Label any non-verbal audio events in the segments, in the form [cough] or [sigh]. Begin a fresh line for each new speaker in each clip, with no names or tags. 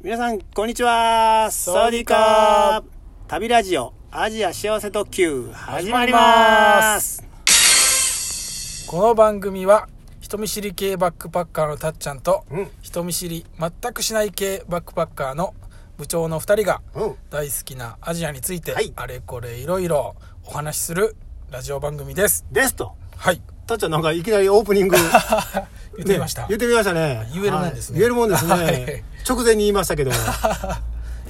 皆さん、こんにちは
サワディーカー
旅ラジオ、アジア幸せ特急、始まり
まり
ま
ますこの番組は人見知り系バックパッカーのたっちゃんと、
うん
人見知り全くしない系バックパッカーの部長の2人が
うん
大好きなアジアについて、
はい
あれこれいろいろお話しするラジオ番組です
ですと。
はい
たっちゃんなんかいきなりオープニング。
[laughs] 言ってみました、
ね言ってみましたね。
言えるもんです
はい
ね
言えるもんです
はい
ね。直前に言いました
[laughs]
けども、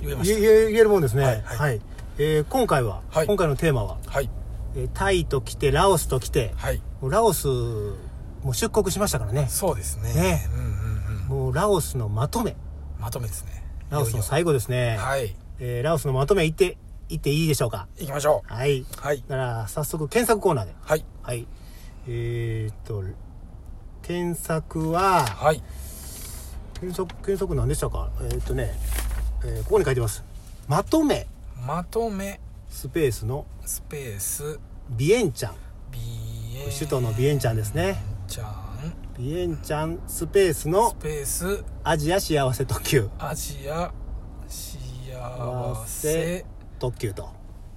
言えま
言
し
え言え言えるもんですね。はい。
はい
えー今回は、
はい
今回のテーマは、
たはい
えータイと来て、ラオスと来て、
はい
もうラオス、もう出国しましたからね。
そうですね
ね
うんうん
もうラオスのまとめ。
うんまとめですね
ラオス
い
の
よいよ
最後ですね。
はい
えーラオスのまとめ行って、行っていいでしょうか。
行きましょう
はい。
はい
なら、早速検索コーナーで。
はい
はい。えー、っと、検索は、
はい
検索、検索何でしたかえー、っとね、えーここに書いてます。まとめ、
まとめ
スペースの
スペース
ビエンチャン。
ビエン
首都のビエンチャンですね。
ちゃん
ビエンチャンスペース
ス
の
ペース
アジア幸せ特急。
アジア幸せ
特急と。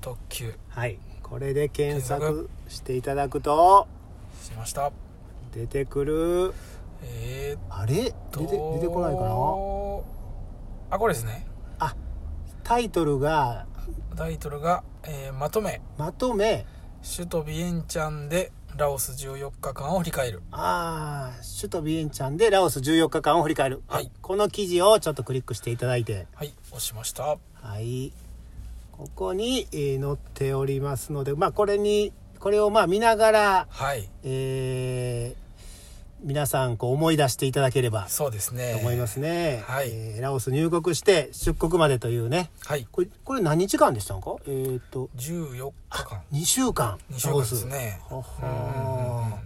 特急
はい。これで検索していただくと、
しました
出てくる、
えー、っ
あれ出て、
と
出てこないかな
あこれですね
あ、タイトルが、
タイトルが、えーまとめ
まとめ、
首都ビエンチャンでラオス14日間を振り返る
ああ、首都ビエンチャンでラオス14日間を振り返る。
はい
この記事をちょっとクリックしていただいて、
はい押しました
はい。ここに、えー載っておりますので、まあこれに、これをまあ見ながら、
はい
えー皆さんこう思い出していただければ
そうですね
と思いますね。
はい
えーラオス入国して出国までというね。
はい
これ、これ何日間でしたんかえーっと、
14日間
2週間。
2週間ですね
ラオス。
うんうんうん
はは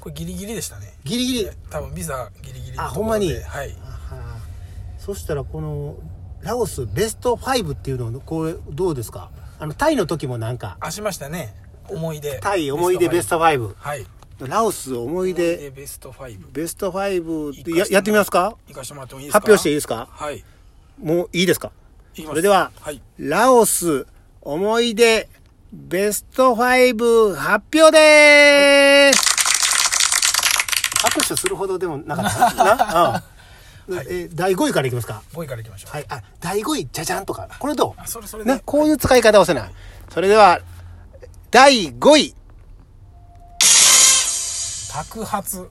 これギリギリでしたね
ギリギリ。
多分ビザギリギリの
あ
とこ
ほんま
ろで
に
はい
はあそしたらこのラオスベスト5っていうのをこれどうですかあのタイの時もなんか
あしましたね思い出
タイ思い出ベスト5
はい
ラオス思い
思い出
出
ベスト5
ベスト5で
いいか
ややってみますか
行かしてもらってもいいですか
発表していいですか
はい
もういいですか
行きます
それでは
はい
ラオス思い出ベスト5発表でーす拍手するほどでもなかった [laughs] な、うんえ第5位からいきますか
5位から行きましょう、
はい、あ、第5位、じゃじゃんとか、これど
あそれそうれで
ね、こういう使い方をせない。それでは、第5位、
宅発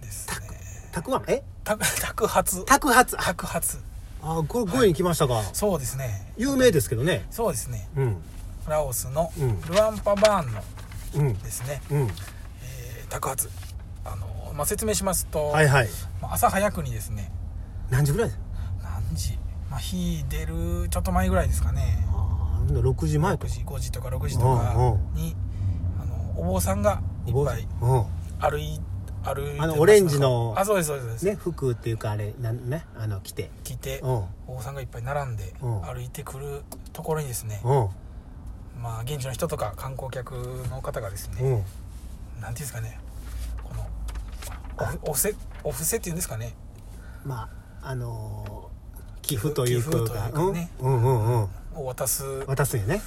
ですね
たくあん、え
た宅発
宅発。あ、
宅発
これ5位に来ましたか。
そうですね
有名ですけどね。
そうですね
うん、
ラオスの
うん
ルアンパバーンの
うん、
ですね、
うん。
えー宅発あの、まあ、説明しますと、
はいはい。
まあ朝早くにですね
何時ぐらい
何時、まあ、日出るちょっと前ぐらいですかね
ああ、6時前
6
とか。
時5時とか6時とかにあのお坊さんがいっぱい
うん。
歩い歩いてます
あのオレンジの
あそうですそうですそうです、
ね、服っていうかあれ、なんね、あの、着て。
来て
うん、
お坊さんがいっぱい並んで
うん
歩いてくるところにですね、
うん、
まあ現地の人とか観光客の方がです
う
ね、
ん。
なんていうんですかねこのおふおせお布施っていうんですかね
まあ、あのー寄付というか、
寄付というかね
うん、うん、うん、うん。
を渡す
渡すんやね。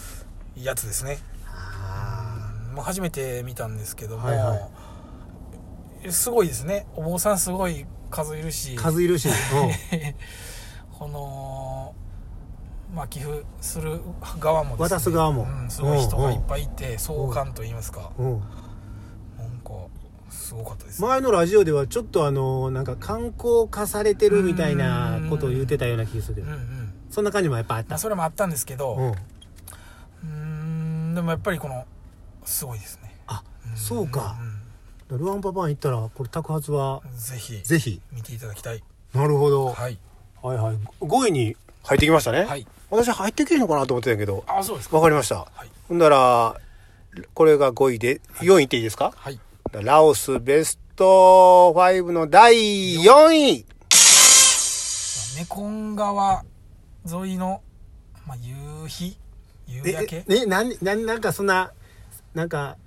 やつですね、
あ
うんまあ、初めて見たんですけども、
はいは
すごいですねお坊さんすごい数いるし
あ、数いるし。うん。
この、まあ、寄付する側もです、
渡す側も
うん、すごい人がいっぱいいて壮観と言いますか
うん、
なんかすごかったです、
前のラジオではちょっとあのなんか観光化されてるみたいなことを言ってたような気がするけ
うんう
ど
ん
そんな感じもやっぱあっ
ま
た
あ、それもあったんですけど
うん
うーんでもやっぱりこのすごいですね
あそうか
ん
ルアンパパン行ったらこれ宅発は
うんぜひ
ぜひ
見ていただきたい
なるほど、
はい
はいはい5位に入ってきましたね、
はい
私入ってけへんのかなと思ってたんやけど
あそうですか
わかりました、
はい
ほんならこれが5位で4位っていいですか、
はい
ラオスベスト5の第4位
メコン川沿いの、まあ、夕日夕焼け
えええなんなんなんかそんななん
[laughs]
か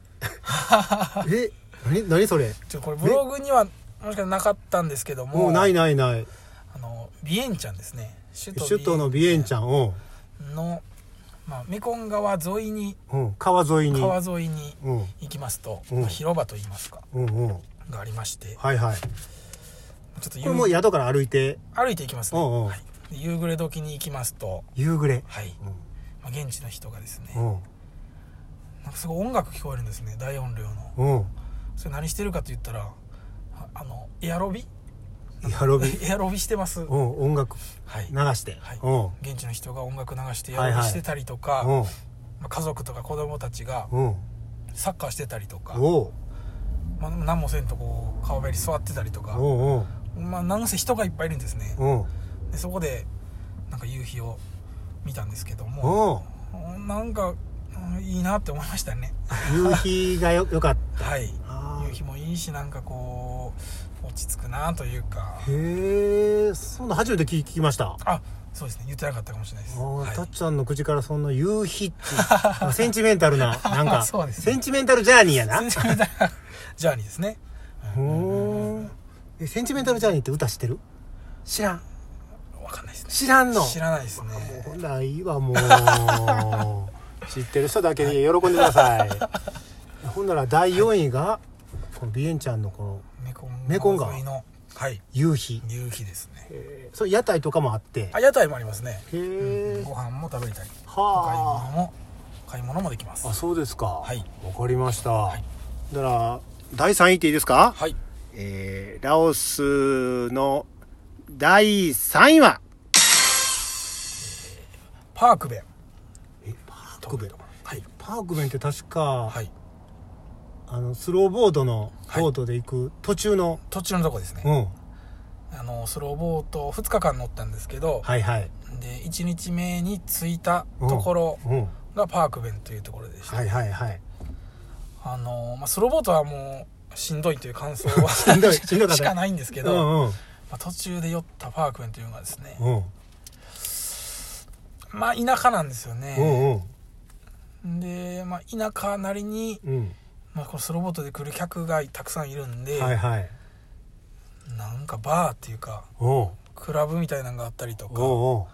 え何何それ
ちょこれブログにはもしかしたらなかったんですけども
もうないないない
あのビエンチャンですね首
首都のビエンチャンを、
ンの、まあ、メコン川沿いに
うん、川沿いに。
川沿いに
うん。
行きますと、
うん
まあ広場といいますか
うんうん。
がありまして
はいはい。
ちょっと
これ
夕
もう宿から歩いて、
歩いていきますね、
おうおう
はい、で夕暮れ時に行きますと、
夕暮れ。
はいまあ、現地の人がです
う
ね
ん。
なんかすごい音楽聞こえるんですね大音量の
うん。うん。
それ何してるかと言ったらああのエアロビ
やろび。
[laughs] エアロビしてます
う
は
ん。音楽
い
流して。
はい
うん。
現地の人が音楽流してエ
は
ア
い
ロ
はい
ビしてたりとか、
うん。
まあ家族とか子供たちが
うん。
サッカーしてたりとか、
おう。
まあ、何もせんとこう川べり座ってたりとか、
おう
まあ、なんせ人がいっぱいいるんですね
おう。うん。
でそこでなんか夕日を見たんですけども
おう。
なんかうんいいなって思いましたね
夕日がよ、よ [laughs] かっ
はい
た。
夕日もいいしなんかこう落ち着くなというか
へえ、そんな初めて聞きました。
あそうですね言ってなかったかもしれないです
あー
はい
たっちゃんの口からそんな夕日って、
[laughs]
なんかセンチメンタルな、なんか、
そうですね
センチメンタルジャーニーやな。
全然見たら [laughs] ジャーニーですね
ほーえセンチメンタルジャーニーって歌知ってる知らん。
わかんないですね
知らんの。
知らないです
もう
ね
ほら、いいわ、も
[laughs]
う。知ってる人だけに喜んでください。ほんなら第4位が、このビエンちゃんのこの
メコン
メコン川
沿いのはい
夕日。
夕日ですね
えーそう屋台とかもあって。
あ屋台もありますね
へえ
ご。飯も食べれたりお買い物
は
も買い物もできます
あ。あ、そうですか。
はい
わかりました。
い
だから、第3位っていいですか
はい
えーラオスの第3位は
パークベン
えパークベン
はい
パークベンって確か、
はい
あのスローボードの
はい
ボートで行く途中の、
途中のとこですね、
うん
あのスローボート2日間乗ったんですけど、
はいはい、
で1日目に着いたところ
うん、
がパークベンというところでした、
はいはいはい
あのまあ、スローボートはもうしんどいという感想
[laughs] しんどいしんどか
は
った
しかないんですけ
う
ど、ま
んうん
あ、途中で寄ったパークベンというのがですね、
うん
まあ田舎なんですよ
う
ね、
んうん
で、まあ、田舎なりに、
うん
まあ、このスローボートで来る客がたくさんいるんで、
はいはい
なんかバーっていうか
おう
クラブみたいなのがあったりとか、ま
お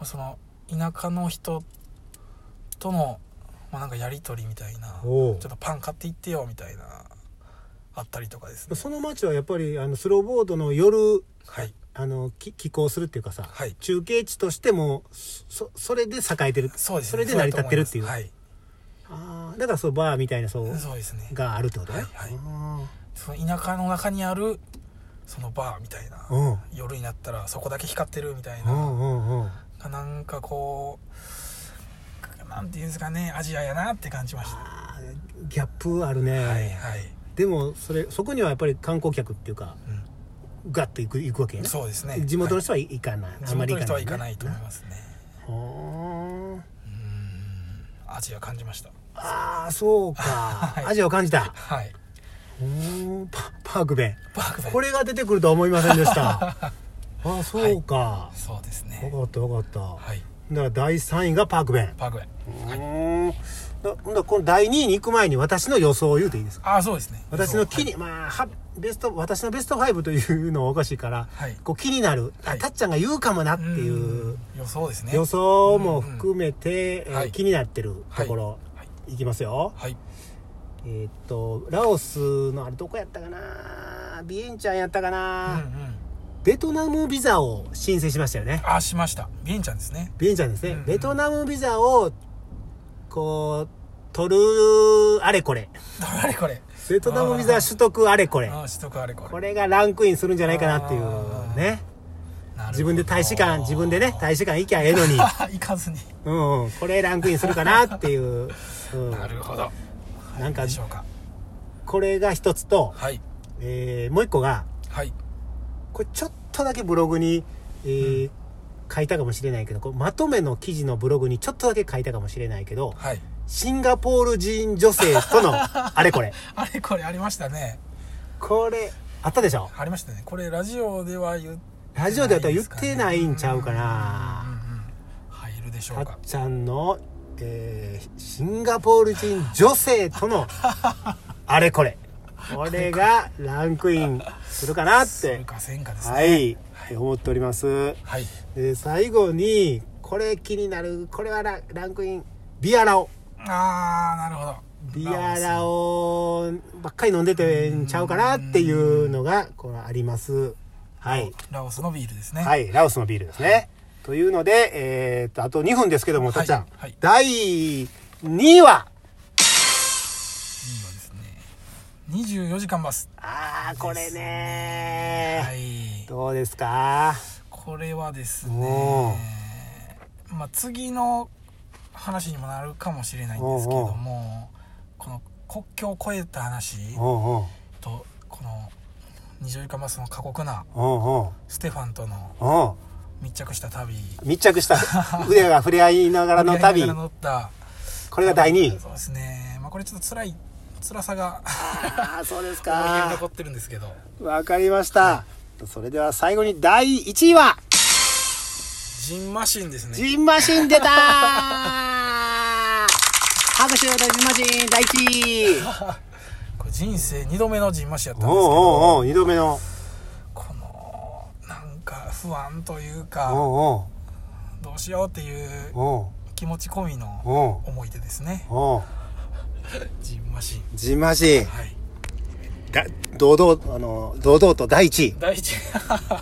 う
あその田舎の人との、まあ、なんかやり取りみたいなちょ
おう
っとパン買っていってよみたいなあったりとかですね
その町はやっぱりあのスローボードの夜
はい
あのき寄港するっていうかさ、
はい
中継地としてもそそれで栄えてる
そうですね
それで成り立ってるっていう
そだと
あーだからそうバーみたいなそう
思いますはいそうですね
があるってことね、
はいはい
あ
その田舎の中にあるそのバーみたいな
ーうん
夜になったらそこだけ光ってるみたい
うん
な
うんうん
なんかこうなんていうんですかねアジアやなって感じました
あーギャップあるね、
はいはい、
でもそれそこにはやっぱり観光客っていうかガッと行く行くわけ
う
や
ん、
ね
そうですね
地元の
はい
人は行かない、
地元の人は行かないいと思いますね、
ほー
アジア感じました
ああそうか、
はい
アジアを感じた
はい
ほーパパークベン
パークベン
これが出てくるとは思いませんでしたあーそうか、
そうです
分
ね
かった分かった、
はい
だから第3位がパークベン
パークベン
うんだほんだらこの第2位に行く前に私の予想を言うていいですか
ああそうですね
私の気に、まあはベスト私のベスト5というのはおかしいから、
はい
こう気になる、あ
はい
たっちゃんが言うかもなって
そう
い
ん
う
予想ですね
予想も含めて、
うんうん
えー
はい
気になってるところ、
はい
い、きますよ
はい
えーっとラオスのあれどこやったかなビエンチャンやったか
うんう
な、
ん
ベトナムビザを申請しましたよね
ああしましたビエンちゃんですね
ビエンチャンですね、
うんうん
ベトナムビザをこう取るあれこれ
あれこれ
ベトナムビザ取得あれこれ
ああしとくあれこれ
これがランクインするんじゃないかなってい
あ
う
ー
ね
なるほど
自分で大使館自分でね大使館行きゃええのに
[laughs] 行かずに
うんうんこれランクインするかなっていう、うん、
なるほど
なんか
でしょうか
これが一つと、
はい
えーもう一個が
はい
これちょっとだけブログに、えー書いたかもしれないけどこうまとめの記事のブログにちょっとだけ書いたかもしれないけど
はい
シンガポール人女性と
[laughs]
のあれこれ
あれこれありましたね
これあったでしょ
ありましたねこれラジオでは言っ
ラジオでは言ってないんちゃうかな
うんうんうん入るでしょ
た
う
っ
か
ちゃんの、
[laughs]
えーシンガポール人女性とのあれこれこれがランクインするかなっ
する
て、
かせんかですね
はい、はい、思っております。
はい、
で、最後に、これ気になる、これはラランクイン、ビアラオ。
ああなるほど
ビアラオばっかり飲んでてんちゃうかなっていうのが、これあります。はい。
ラオスのビールですね
はいい、ラオスのビールですね。というので、えーっと、あと2分ですけども、
はい
たっちゃん。
はい
第2話。
いわですね24時間バス
あー、これ
は
ね
い
どうですか
これはです
お
ねまあ次の話にもなるかもしれないんですけどもこの国境を越えた話
おう
とこの24時間バスの過酷な
おうおう
ステファンとの
おうお
密着した旅
う密着した [laughs] 腕が触れ合いながらの旅
乗り上げながら乗った
これが第2位
そうですね、まあ、これちょっと辛い辛さが [laughs]
ああそうです
思い出に
か
残ってるんですけど
わかりましたそれでは最後に第1位は
ジンマシンですね
ジンマシン出たー拍手をジンマシン第1位
これ人生2度目のジンマシンやったんですけど
おうおうおう2度目の
このなんか不安という
お
か
お
どうしようっていう
うお
気持ち込み
う
の
お
思い出ですね
うおう
ジンマシン
ジンマシン
はい
だ堂々あの堂々と第1位
第一
わか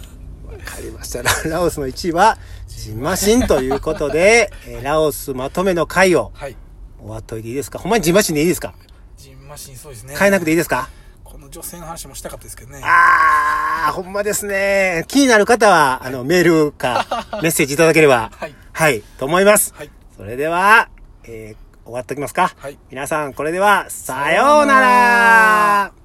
りましたラ [laughs] ラオスの1位はジンマシンということで、えーラオスまとめの回を
[laughs] はい
終わっといていいですかほんまにジンマシンでいいですか
ジンマシンそうですね
変えなくていいですか
この女性の話もしたかったですけどね
あー、ほんまですね。気になる方は、あの、メール
[laughs]
か、メッセージいただければ、
はい
はい、と思います。
はい
それでは、えー終わっときますか。
はい
皆さん、これでは、さようなら